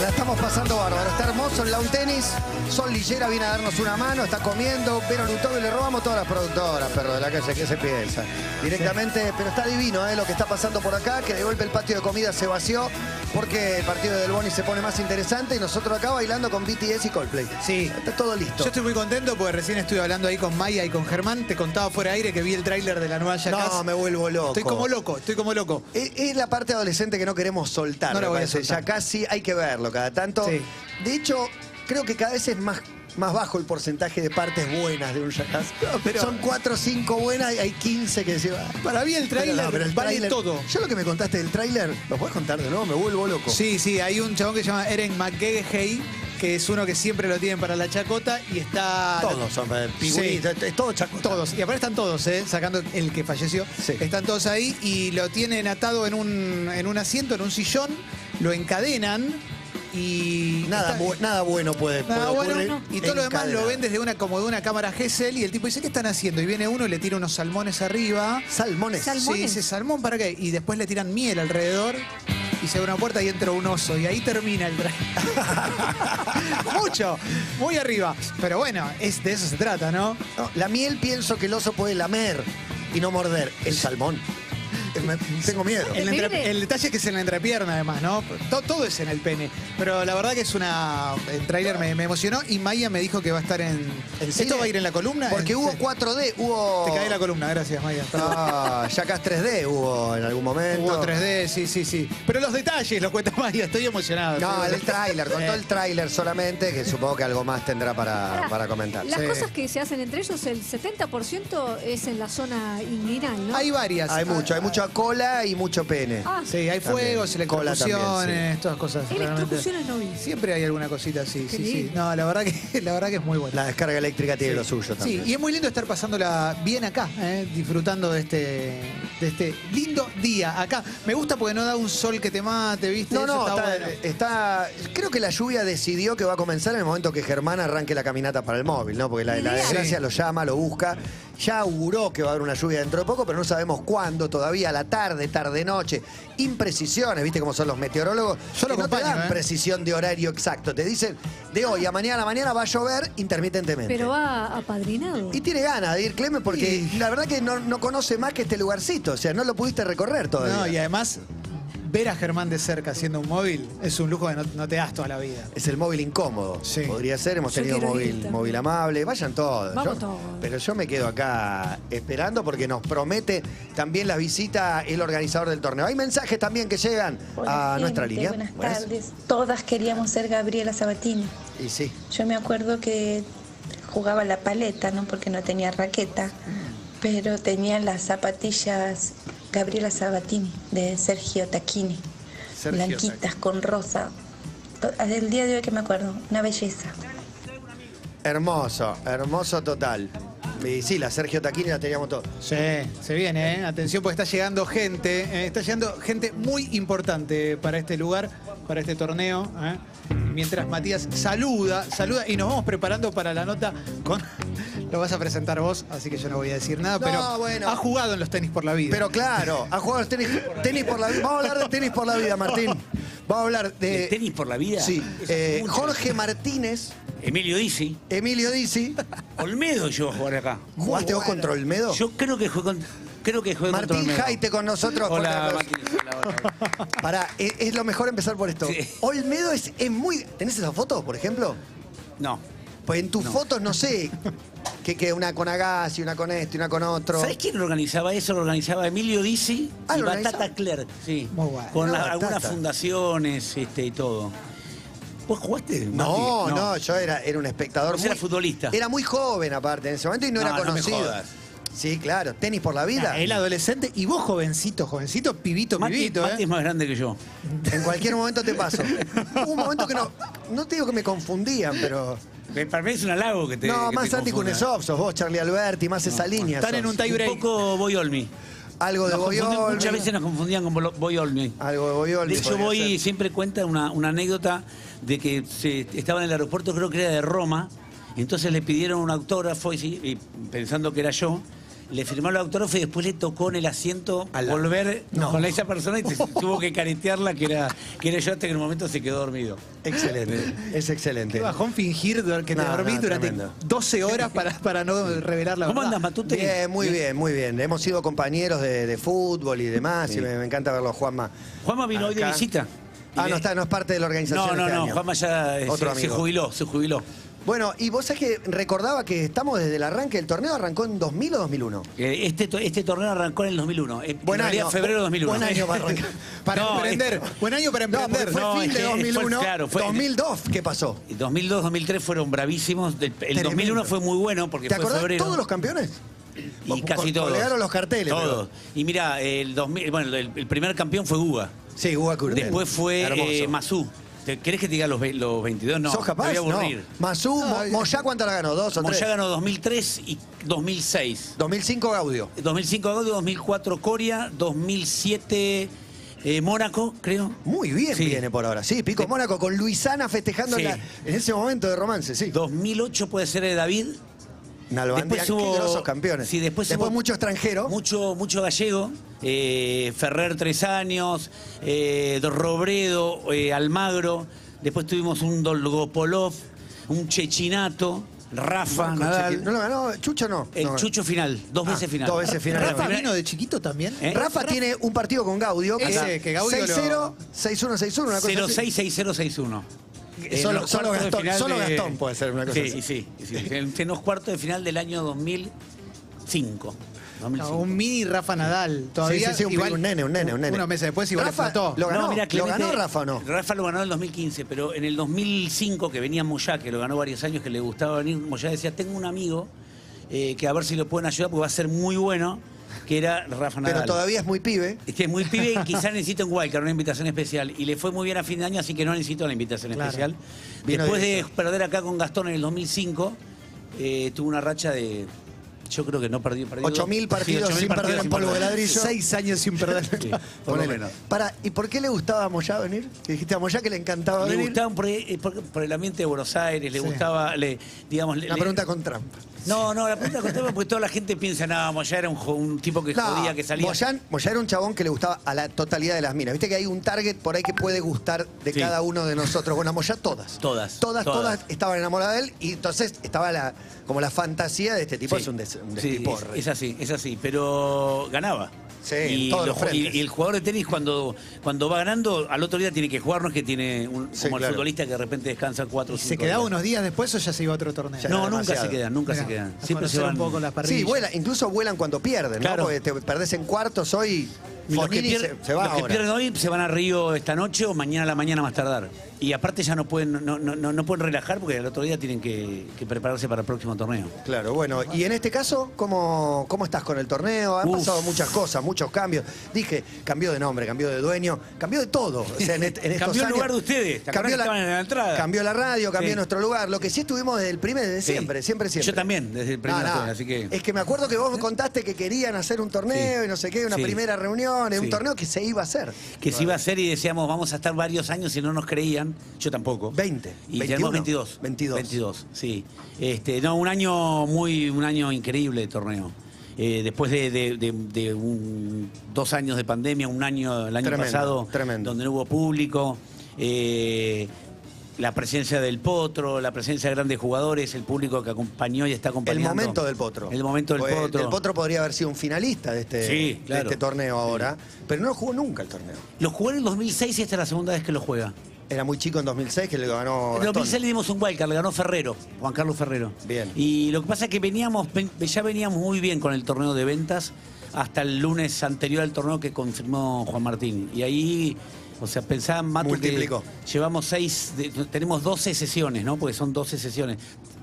La estamos pasando bárbaro. Está hermoso el lawn tenis. Sol Lillera viene a darnos una mano, está comiendo. Pero Lutobi le robamos todas las productoras, perro de la calle. ¿Qué se piensa? Directamente, pero está divino eh, lo que está pasando por acá. Que de golpe el patio de comida se vació porque el partido del Boni se pone más interesante. Y nosotros acá bailando con BTS y Coldplay. Sí. Está todo listo. Yo estoy muy contento porque recién estuve hablando ahí con Maya y con Germán. Te contaba fuera de aire que vi el tráiler de la nueva Jackass. No, me vuelvo loco. Estoy como loco, estoy como loco. Es, es la parte adolescente que no queremos soltar, No la me voy a parece. soltar. Ya casi hay que verlo cada tanto. Sí. De hecho, creo que cada vez es más, más bajo el porcentaje de partes buenas de un Jackass. pero- Son 4 o 5 buenas y hay 15 que decís, "Ah". Para mí el tráiler Pero no, pero el vale tráiler- todo. Yo lo que me contaste del tráiler, ¿lo puedes contar de nuevo? Me vuelvo loco. Sí, sí, hay un chabón que se llama Eren McGehey, que es uno que siempre lo tienen para la chacota y está... Todos son eh, pingüinos, Sí. es- es todo chacota. Todos, y aparte están todos, ¿eh? sacando el que falleció. Sí. Están todos ahí y lo tienen atado en un, en un asiento, en un sillón, lo encadenan y. Nada, está- bu- nada bueno puede, Nada puede bueno, ocurrir no. Y todo lo demás lo encadenado. ven desde una, como de una cámara GSL y el tipo dice, ¿qué están haciendo? Y viene uno y le tira unos salmones arriba. Salmones. Sí, dice, ¿salmón para qué? Y después le tiran miel alrededor y se abre una puerta y entra un oso. Y ahí termina el tra- Mucho, muy arriba. Pero bueno, es, de eso se trata, ¿no? No, la miel pienso que el oso puede lamer y no morder. El salmón. Me- tengo miedo. El, Mire. entre- el detalle es que es en la entrepierna, además, ¿no? To- todo es en el pene. Pero la verdad que es una. El tráiler me, me emocionó y Maya me dijo que va a estar en. ¿En cine? ¿Esto va a ir en la columna? Porque En- hubo te- 4D, hubo. Te cae la columna, gracias, Maya. Ah, Jackass 3D hubo en algún momento. Hubo 3D, sí, sí, sí. Pero los detalles los cuenta Maya, estoy emocionado. No, Estoy- el tráiler, con todo el tráiler solamente, que supongo que algo más tendrá para, para comentar. Las Sí. cosas que se hacen entre ellos, el 70% es en la zona inguinal, ¿no? Hay varias. Hay mucho, hay mucha cola y mucho pene. Ah, Sí, hay También. fuegos, Cola también, electrocuciones, todas cosas. realmente. Electrocuciones no vi. Siempre hay alguna cosita así, Qué sí, sí. lindo. No, la verdad que, la verdad que es muy buena. La descarga eléctrica tiene lo suyo Sí, también. y es muy lindo estar pasándola bien acá, ¿eh? disfrutando de este, de este lindo día acá. Me gusta porque no da un sol que te mate, ¿viste? No, Eso no, está está, bueno. está- Creo que la lluvia decidió que va a comenzar en el momento que Germán arranque la caminata para el móvil, ¿no? Porque la, la Ideal. desgracia Sí. lo llama, lo busca. Ya auguró que va a haber una lluvia dentro de poco, pero no sabemos cuándo todavía, a la tarde, tarde, noche. Imprecisiones, ¿viste cómo son los meteorólogos? Solo Que no te acompaño, dan ¿eh? precisión de horario exacto. Te dicen, de hoy a mañana a la mañana va a llover intermitentemente. Pero va apadrinado. Y tiene ganas de ir, Clemen, porque Sí. la verdad que no, no conoce más que este lugarcito. O sea, no lo pudiste recorrer todavía. No, y además, ver a Germán de cerca haciendo un móvil es un lujo que no, no te das toda la vida. Es el móvil incómodo. Sí. Podría ser, hemos Yo tenido quiero ir móvil, también. móvil amable. Vayan todos. Vamos Yo- todos. Pero yo me quedo acá esperando porque nos promete también la visita el organizador del torneo. Hay mensajes también que llegan Hola, a nuestra gente, línea. Buenas Buenas. tardes. Todas queríamos ser Gabriela Sabatini. Y sí. Yo me acuerdo que jugaba la paleta, ¿no? Porque no tenía raqueta, pero tenía las zapatillas Gabriela Sabatini de Sergio Taquini. Sergio blanquitas, con rosa. Hasta el día de hoy que me acuerdo, una belleza. Hermoso, hermoso total. Y sí, la Sergio Taquini la teníamos todos. Sí, se viene, ¿eh? Atención, porque está llegando gente. ¿eh? Está llegando gente muy importante para este lugar, para este torneo. ¿eh? Mientras Matías saluda, saluda y nos vamos preparando para la nota con. Lo vas a presentar vos, así que yo no voy a decir nada, No, pero bueno. ha jugado en los tenis por la vida. Pero claro, a jugar tenis, tenis por la vida. Vamos a hablar de tenis por la vida, Martín. Vamos a hablar de. ¿De tenis por la vida? Eh, Sí. Eso Eh, es mucho. Jorge Martínez, Emilio Dizzi. Emilio Dizzi. Olmedo yo a jugar acá. ¿Jugaste vos contra Olmedo? Yo creo que jugué con. Creo que jugué contra Martín Olmedo. Jaite con nosotros. Por la Hola, aplauso. Martín. Hola, hola, hola. Pará, es, es lo mejor empezar por esto. Sí. Olmedo es, es muy. ¿Tenés esa foto, por ejemplo? No. Pues en tus No. fotos, no sé. Que, que una con Agassi, una con este, una con otro. ¿Sabés quién lo organizaba eso? Lo organizaba Emilio Dizzi Ah, y lo organizaba. Batata Clerc. Sí. Muy bueno. Con Ah, la- Batata. algunas fundaciones este, y todo. ¿Vos jugaste? No, Mati? no, yo era, era un espectador. Vos eras futbolista. Era muy joven, aparte, en ese momento y no, No, era no me conocido. jodas. Sí, claro. Tenis por la vida. Nah, Ah, el adolescente y vos jovencito, jovencito, pibito, Mati, pibito, ¿eh? Mati es más grande que yo. En cualquier momento te paso. Hubo un momento que no. No te digo que me confundían, pero. Me- Para mí es un halago que te. que no, te más Santi confundan. Kunesov, sos vos, Charlie Alberti, más esa línea. Están en sos. un tie break. Un poco Boy Olmi. Algo de Nos confundían- Boyol. Ah, Muchas veces nos confundían con Bolo- Boy Olmi. Algo de Boyol. De hecho, podría voy ser. siempre cuenta una, una anécdota de que se, estaba en el aeropuerto, creo que era de Roma, y entonces le pidieron un autógrafo, y, sí, y pensando que era yo, le firmó el autógrafo y después le tocó en el asiento volver con esa persona y te- tuvo que caretearla que era, que era yo hasta que en un momento se quedó dormido. Eh, Excelente, es excelente. Qué bajón fingir dur- que te No, dormís no, durante tremendo. 12 horas para, para no revelar la ¿Cómo verdad. andas, Matute? Bien, muy bien, muy bien. Hemos sido compañeros de, de fútbol y demás, y me, me encanta verlo a Juanma. Juanma vino hoy de Acá. visita. Ah, Y no le- está, no es parte de la organización. No, no, este no, año. Juanma ya eh, Otro se, se amigo. jubiló, se jubiló. Bueno, y vos sabés que recordaba que estamos desde el arranque del torneo, arrancó en 2000 o 2001. Eh, Este, to- este torneo arrancó en el 2001. eh, Buen en realidad, año. febrero de 2001. Buen año para arrancar. Para No, emprender. Buen año para No, porque emprender. fue No, fin es de que fue- 2001. claro, fue- 2002, ¿qué pasó? El 2002, 2003 fueron bravísimos. del- El Tremendo. 2001 fue muy bueno porque ¿Te fue acordás febrero. todos los campeones? y casi Col- todos. colgaron los carteles, Todos. Y mira, el 2000, bueno, el, el primer campeón fue Uga. Sí, Hugo Curtel. Después fue Hermoso. eh, Masú. ¿Te- ¿Querés que te diga los, ve- los 22? No, ¿Sos capaz? te voy a No. aburrir. Mazú, Mo- Moyá, ¿cuánto la ganó? ¿Dos o tres? Moyá ganó 2003 y 2006. 2005 Gaudio. 2005 Gaudio, 2004 Coria, 2007 eh, Mónaco, creo. Muy bien Sí. viene por ahora. Sí, Pico Mónaco con Luisana festejando Sí. en, la- en ese momento de romance, sí. 2008 puede ser de David. Nalbandián, qué grosos campeones. Sí, después, hubo mucho extranjero. Mucho, mucho gallego. eh, Ferrer, tres años. eh, Robredo, eh, Almagro. Después tuvimos un Dolgopolov, un Chechinato, Rafa, Marco Nadal. Chequín. No lo ganó, Chucho no. El no ganó. Chucho final, dos Ah, veces final. dos veces final. ¿Rafa Primera- vino de chiquito también? ¿Eh? Rafa, tiene un partido con Gaudio. que Ese, es que Gaudio lo- 6-0, 6-1, 6-1, una cosa así. 066061. Eh, solo- los solo cuartos de Gastón- final solo Gastón puede ser una cosa sí, así. Sí, sí, sí. En los cuartos de final del año 2005. 2005. No, un mini Rafa Nadal. Todavía sí, sí, un, igual- un nene, un nene, un nene. Unos meses después igual Rafa, explotó. lo ganó. mirá, Clemente- ganó Rafa o no? Rafa lo ganó en el 2015, pero en el 2005, que venía Moyá, que lo ganó varios años, que le gustaba venir, Moyá decía, tengo un amigo eh, que a ver si lo pueden ayudar porque va a ser muy bueno, que era Rafa Nadal. Pero todavía es muy pibe. Es que es muy pibe y quizás necesita un wildcard, una invitación especial. Y le fue muy bien a fin de año, así que no necesito la invitación Claro. especial. Vino Después de directo. perder acá con Gastón en el 2005, eh, tuvo una racha de. Yo creo que no perdió. perdió 8.000 dos- partidos sí, 8.000 sin perder en polvo de ladrillo. Seis años sin perder. Sí, por lo Ponele. menos. Pará, ¿y por qué le gustaba a Moyá venir? Que dijiste a Moyá que le encantaba Le venir. gustaban por, eh, por- por el ambiente de Buenos Aires, le Sí. gustaba, le, digamos... le- Una le- pregunta con trampa. No, no, la pregunta contaba porque toda la gente piensa, no, Moyá era un, jo- un tipo que No, jodía, que salía... Moyá, Moyá era un chabón que le gustaba a la totalidad de las minas. Viste que hay un target por ahí que puede gustar de Sí. cada uno de nosotros. Bueno, a Moyá todas. Todas, Todas, todas, todas. estaban enamoradas de él y entonces estaba la, como la fantasía de este tipo. Es un, des, un Sí, despiporre. es, es así, es así, pero ganaba. Sí, en y, todos los los ju- y- frentes. y el jugador de tenis cuando, cuando va ganando, al otro día tiene que jugar, no es que tiene un, Sí, como claro. el futbolista que de repente descansa cuatro o ¿Y se cinco quedaba días. unos días después o ya se iba a otro torneo? Ya. No, era nunca demasiado. se quedan, nunca se Mirá, quedan. a Siempre se conocer van. un poco las parrillas. Sí, vuela, incluso vuelan cuando pierden, ¿no? Claro. Porque te perdés en cuartos hoy. Los que, Fonini pier- se, se va los que ahora. pierden hoy se van a Río esta noche o mañana a la mañana más tardar. Y aparte ya no pueden, no, no, no- no pueden relajar porque el otro día tienen que, que prepararse para el próximo torneo. Claro, bueno, y en este caso, ¿cómo, cómo estás con el torneo? Han Uf. pasado muchas cosas, muchos cambios. Dije, cambió de nombre, cambió de dueño, cambió de todo. O sea, en est- en estos Cambió el años- lugar de ustedes, ¿te acordás Cambió que estaban en la entrada? cambió la radio, cambió Sí. nuestro lugar. Lo que sí estuvimos desde el primer, desde Sí. siempre, siempre, siempre. Yo también, desde el primer No, no. torneo, así que... Es que me acuerdo que vos contaste que querían hacer un torneo Sí. y no sé qué, una Sí. primera reunión, es un Sí. torneo que se iba a hacer. que se iba a hacer y decíamos vamos a estar varios años y no nos creían, yo tampoco. 20, Y 21, tenemos 22. 22. 22, sí. Este, no, un año muy, un año increíble de torneo. Eh, después de, de- de- de un- dos años de pandemia, un año, el año Tremendo, pasado, tremendo. donde no hubo público, eh, la presencia del potro, la presencia de grandes jugadores, el público que acompañó y está El acompañando. momento del potro. El momento del Pues, potro. El potro podría haber sido un finalista de este, Sí, de claro. este torneo ahora, pero no lo jugó nunca el torneo. Lo jugó en el 2006 y esta es la segunda vez que lo juega. Era muy chico en 2006 que le ganó. En Gastón. 2006 le dimos un wildcard, le ganó Ferrero, Juan Carlos Ferrero. Bien. Y lo que pasa es que veníamos, ven- ya veníamos muy bien con el torneo de ventas hasta el lunes anterior al torneo que confirmó Juan Martín. Y ahí, o sea, pensaban Matu que Multiplicó. llevamos seis, de- tenemos 12 sesiones, ¿no? Porque son 12 sesiones.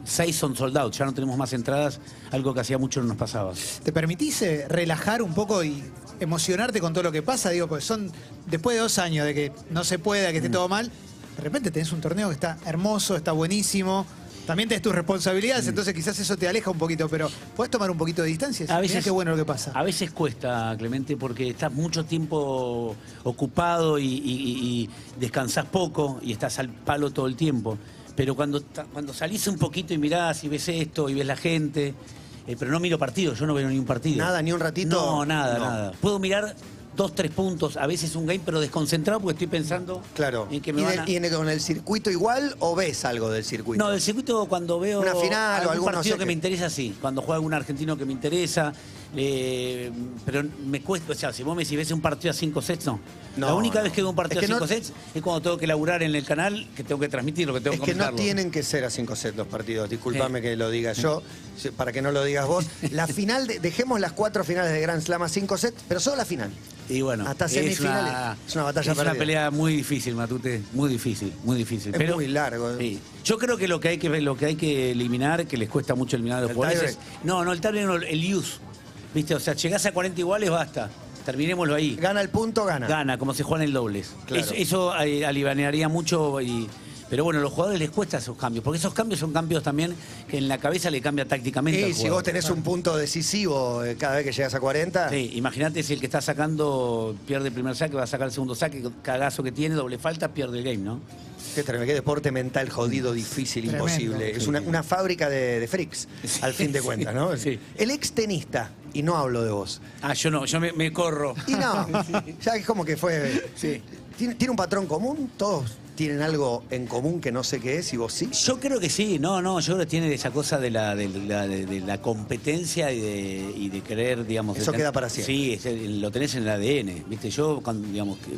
Seis son sold out, ya no tenemos más entradas, algo que hacía mucho no nos pasaba. ¿Te permitís eh, relajar un poco y emocionarte con todo lo que pasa? Digo, pues son después de dos años de que no se pueda, que esté todo mal, de repente tenés un torneo que está hermoso, está buenísimo. También tenés tus responsabilidades, entonces quizás eso te aleja un poquito, pero podés tomar un poquito de distancia. y decir, A "Mirá veces- qué bueno lo que pasa. A veces cuesta, Clemente, porque estás mucho tiempo ocupado y, y- y- y descansás poco y estás al palo todo el tiempo. Pero cuando, ta- cuando salís un poquito y mirás y ves esto y ves la gente, Eh, pero no miro partidos, yo no veo ni un partido. Nada, ni un ratito. No, nada, No. nada. Puedo mirar dos, tres puntos, a veces un game, pero desconcentrado porque estoy pensando Claro. en que me ¿Y, van del- a- y en el- con el circuito igual o ves algo del circuito? No, del circuito cuando veo Una final o algún alguno, partido sé que que- me interesa, sí. Cuando juega algún argentino que me interesa. eh, pero me cuesta, o sea, si vos me decís, ves un partido a cinco sets, no. No, la única no. vez que veo un partido Es que a no- cinco sets es cuando tengo que laburar en el canal, que tengo que transmitirlo, que tengo Es que Eh. que no comentarlo. tienen que ser a cinco sets los partidos, discúlpame Sí. que lo diga yo, si- para que no lo digas vos. La final, de- dejemos las cuatro finales de Grand Slam a cinco sets, pero solo la final. Y bueno, Hasta es semifinales. una- Es una batalla Es una perdida. pelea muy difícil, Matute. Muy difícil, muy difícil. Es Pero, muy largo, ¿eh? Sí. Yo creo que lo que hay que lo que hay que eliminar, que les cuesta mucho eliminar a los ¿El jugadores. es- tiebreak? No, no, el tiebreak no, el use. ¿Viste? O sea, llegás a 40 iguales, basta. Terminémoslo ahí. Gana el punto, gana. Gana, como se juega en el dobles. Claro. Eso, eso, eh, alivianaría mucho y. Pero bueno, a los jugadores les cuesta esos cambios, porque esos cambios son cambios también que en la cabeza le cambia tácticamente. al Y si jugador. vos tenés un punto decisivo eh, cada vez que llegas a 40, Sí, imagínate si el que está sacando pierde el primer saque, va a sacar el segundo saque, cagazo que tiene, doble falta, pierde el game, ¿no? qué, tremendo, qué deporte mental jodido, difícil, Tremendo. imposible. Es una, una fábrica de, de freaks, al fin de cuentas, ¿no? Sí. El ex tenista, y no hablo de vos, Ah, yo no, yo me, me corro. Y no, ya es como que fue. Sí. ¿Tiene, tiene un patrón común? ¿Todos tienen algo en común que no sé qué es y vos sí? Yo creo que sí, no, no, yo creo que tiene esa cosa de la, de la, de- de la competencia y de, y de querer, digamos. de Eso tener- queda para siempre. Sí, es el- lo tenés en el ADN, ¿viste? Yo, cuando, digamos, que,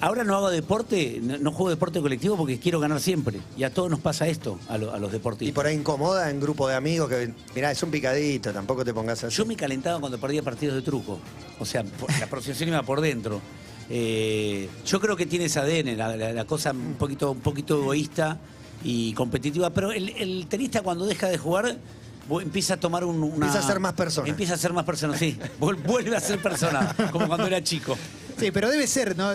ahora no hago deporte, no, no juego deporte colectivo porque quiero ganar siempre. Y a todos nos pasa esto, a, lo- a los deportistas. Y por ahí incomoda en grupo de amigos que, mirá, es un picadito, tampoco te pongas así. Yo me calentaba cuando perdía partidos de truco. O sea, por- la procesión iba por dentro. Eh, yo creo que tiene ese ADN, la, la- la cosa un poquito, un poquito egoísta y competitiva. Pero el, el tenista cuando deja de jugar vu- empieza a tomar un, una... Empieza a ser más persona. Empieza a ser más persona, sí. Vuel- Vuelve a ser persona, como cuando era chico. Sí, pero debe ser, ¿no?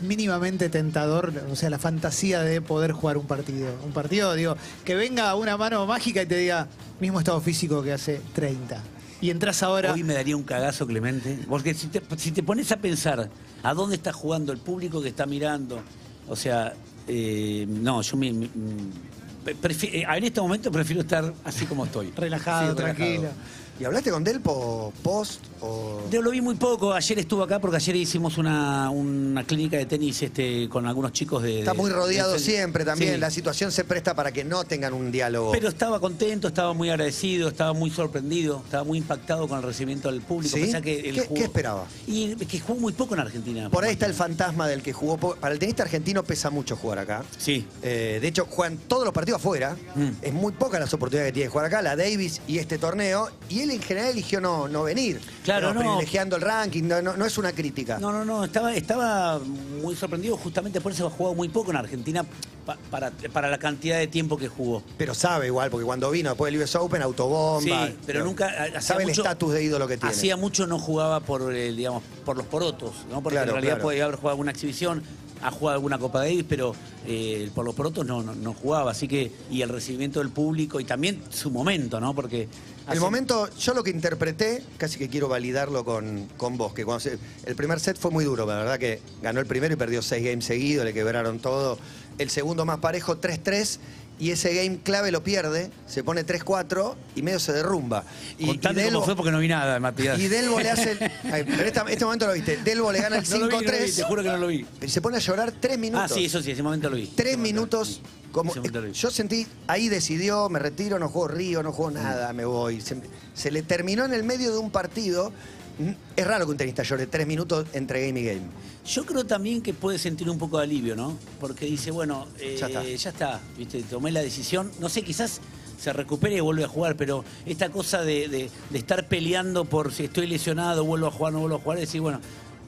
Mínimamente tentador, o sea, la fantasía de poder jugar un partido. Un partido, digo, que venga una mano mágica y te diga, mismo estado físico que hace 30. Y entras ahora. Hoy me daría un cagazo, Clemente. Porque si te, si te pones a pensar a dónde está jugando el público que está mirando, o sea, eh, no, yo me- me- pre- prefi- eh, en este momento prefiero estar así como estoy. Relajado, Sí, tranquilo. ¿Y hablaste con Delpo post o.? Yo lo vi muy poco, ayer estuvo acá porque ayer hicimos una, una clínica de tenis este, con algunos chicos de... Está muy de- rodeado de- siempre también. Sí. La situación se presta para que no tengan un diálogo. Pero estaba contento, estaba muy agradecido, estaba muy sorprendido, estaba muy impactado con el recibimiento del público. ¿Sí? Pensá que él ¿Qué- jugó- qué esperaba? Y es que jugó muy poco en Argentina. por ahí está el fantasma del que jugó. po- Para el tenista argentino pesa mucho jugar acá. Sí. Eh, de hecho, juegan todos los partidos afuera. Mm. Es muy pocas las oportunidades que tiene de jugar acá, la Davis y este torneo. Y él en general eligió no, no venir. Claro, Pero no. Privilegiando el ranking, no, no- no es una crítica. No, no, no, estaba, estaba muy sorprendido, justamente por eso ha jugado muy poco en Argentina pa- para, para la cantidad de tiempo que jugó. Pero sabe igual, porque cuando vino después del US Open, autobomba. Sí, pero nunca, ha- hacía Sabe el mucho- estatus de ídolo que tiene. Hacía mucho no jugaba por el, digamos, por los porotos, ¿no? Porque Claro, en realidad claro. podía haber jugado alguna exhibición, ha jugado alguna Copa Davis, pero eh, por los porotos no, no, no jugaba. Así que, y el recibimiento del público y también su momento, ¿no? Porque El hace- momento, yo lo que interpreté, casi que quiero validarlo con, con vos, que cuando se- el primer set fue muy duro, la verdad que ganó el primero y perdió seis games seguidos, le quebraron todo. El segundo más parejo, 3-3, y ese game clave lo pierde, se pone 3-4 y medio se derrumba. Y, y Contame Delbo- cómo fue porque no vi nada, Matías. y Delbo le hace. el- ay, pero esta- este momento lo viste. Delbo le gana el No lo vi, no lo vi, 5-3. te juro que no lo vi. Y se pone a llorar tres Ah, minutos. sí, eso sí, ese momento lo vi. Tres Ese momento lo vi. minutos. Como, Ese momento lo vi. yo sentí, ahí decidió, me retiro, no juego Río, no juego nada, me voy. Se, se le terminó en el medio de un partido. Mm, Es raro que un tenista llore tres minutos entre game y game. Yo creo también que puede sentir un poco de alivio, ¿no? Porque dice, bueno, eh, Ya ya está. está, ¿viste? tomé la decisión. No sé, quizás se recupere y vuelve a jugar, pero esta cosa de, de- de estar peleando por si estoy lesionado, vuelvo a jugar, no vuelvo a jugar, es decir, bueno,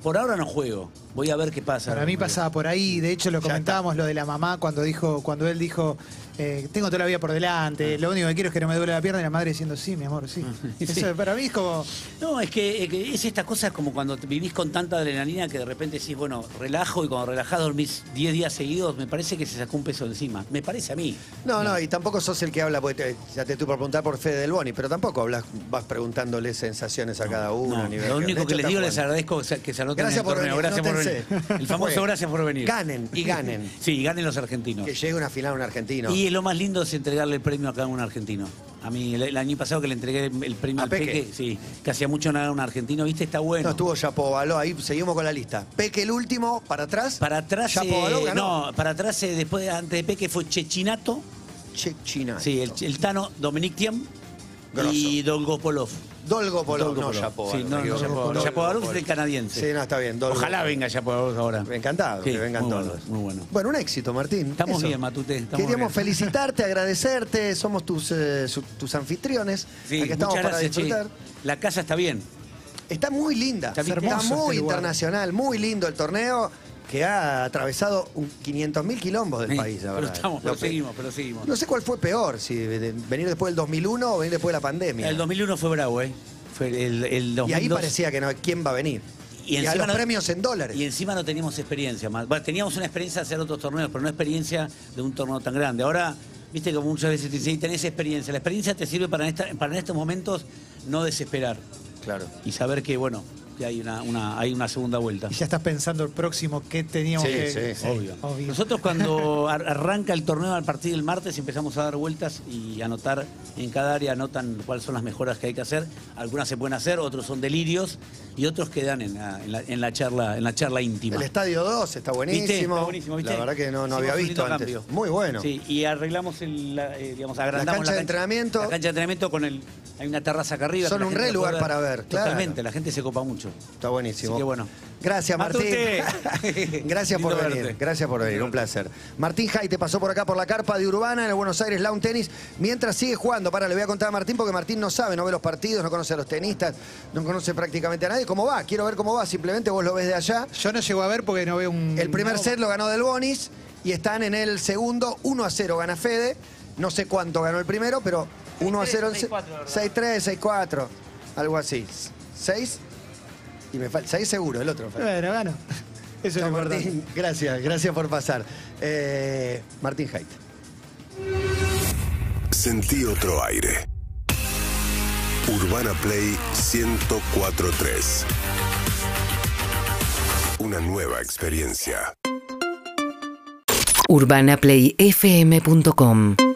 por ahora no juego, voy a ver qué pasa. Para mí pasaba por ahí, de hecho lo Ya comentábamos lo de la mamá cuando dijo, cuando él dijo, eh, tengo toda la vida por Ah. delante, lo único que quiero es que no me duele la pierna y la madre diciendo, sí, mi amor, sí. Mm. Eso para mí es como, No, es que, es que es estas cosas como cuando te vivís con tanta adrenalina que de repente decís, bueno, relajo y cuando relajás dormís 10 días seguidos, me parece que se sacó un peso encima. Me parece a mí. No, no, y tampoco sos el que habla, porque te- ya te estuve por preguntar por Fede del Boni, pero tampoco hablas, vas preguntándole sensaciones a cada uno. No, ni ver lo qué- único De hecho, que les está digo, les jugando. agradezco que se- que se anoten Gracias en el por torneo. venir, gracias por anótense. venir. El famoso Fue. gracias por venir. Ganen, y ganen. Sí, ganen los argentinos. Que llegue una final a un argentino. Y lo más lindo es entregarle el premio acá a un argentino. A mí, el, el año pasado que le entregué el premio ¿A al Peque, Peque? sí, que hacía mucho nada un argentino, ¿viste? Está bueno. No estuvo Yapovaló, ahí seguimos con la lista. Peque el último, para atrás. Para atrás, Yapovaló eh, ganó. no, para atrás, eh, después, antes de Peque fue Chechinato, Chechina. sí, el, el Tano Dominictian y Ah, Grosso. Dolgopolov. Dolgopolov, Dolgopolov. no Yapovaló. Sí, no, me no, equivoco. Yapovalov. Dolgopolov. Yapovalov es el canadiense. Sí, no, está bien. Dolgopolov. Ojalá venga Yapovalov ahora. Encantado, Sí, que vengan muy todos. bueno, muy bueno. un éxito, Martín. Estamos bien, Matute, estamos Queríamos bien. felicitarte, agradecerte. Somos tus, eh, su- tus anfitriones. Aquí Sí, muchas estamos para gracias, che. disfrutar. La casa está bien. Está muy linda. Está está hermoso muy este lugar. internacional, muy lindo el torneo que ha atravesado un 500.000 quilombos del Sí, país, la pero verdad. estamos, pero Lo pe- seguimos, pero seguimos. No sé cuál fue peor, si de- de- venir después del 2001 o venir después de la pandemia. El 2001 fue bravo, ¿eh? Fue el, el y ahí 2002. parecía que no, ¿quién va a venir? Y, a los premios en dólares. Y encima no teníamos experiencia. más. Bueno, teníamos una experiencia de hacer otros torneos, pero no experiencia de un torneo tan grande. Ahora, viste que muchas veces te dicen, "Y tenés experiencia. La experiencia te sirve para en, esta- para en estos momentos no desesperar Claro. y saber que, bueno, que hay una, una- hay una segunda vuelta. Y ya estás pensando el próximo qué teníamos Sí, que. sí, sí. Obvio. Obvio. Nosotros cuando ar- arranca el torneo al partir del martes empezamos a dar vueltas y anotar en cada área, anotan cuáles son las mejoras que hay que hacer. Algunas se pueden hacer, otros son delirios y otros quedan en la, en la- en la charla, en la charla íntima. El Estadio 2 está buenísimo. ¿Viste? Está buenísimo, ¿viste? La verdad que no, no Hicimos había un lindo visto antes. cambio. Muy bueno. Sí, y arreglamos, el, la, eh, digamos, agrandamos cancha de entrenamiento. La cancha de entrenamiento con el, hay una terraza acá arriba. Son que la un gente re la puede lugar para ver, claro. Totalmente, la gente se copa mucho. Está buenísimo. Así que bueno. Gracias, Martín. Matute. Gracias por Lindo venir. verte. Gracias por venir. Un placer. Martín Jaite pasó por acá por la carpa de Urbana en el Buenos Aires Lawn Tennis. Mientras sigue jugando, para, le voy a contar a Martín porque Martín no sabe, no ve los partidos, no conoce a los tenistas, no conoce prácticamente a nadie. ¿Cómo va? Quiero ver cómo va. Simplemente vos lo ves de allá. Yo no llego a ver porque no veo un. El primer set lo ganó Del Bonis y están en el segundo. 1 a 0 gana Fede. No sé cuánto ganó el primero, pero 1 a 0. 6-3, 6-4. Algo así. 6 y me falta. 6 seguro, el otro. me falta. Bueno, bueno. Eso es Chao, lo importante. Martín, gracias, gracias por pasar. Eh, Martín Haidt. Sentí otro aire. Urbana Play 1043. Una nueva experiencia. urbanaplayfm.com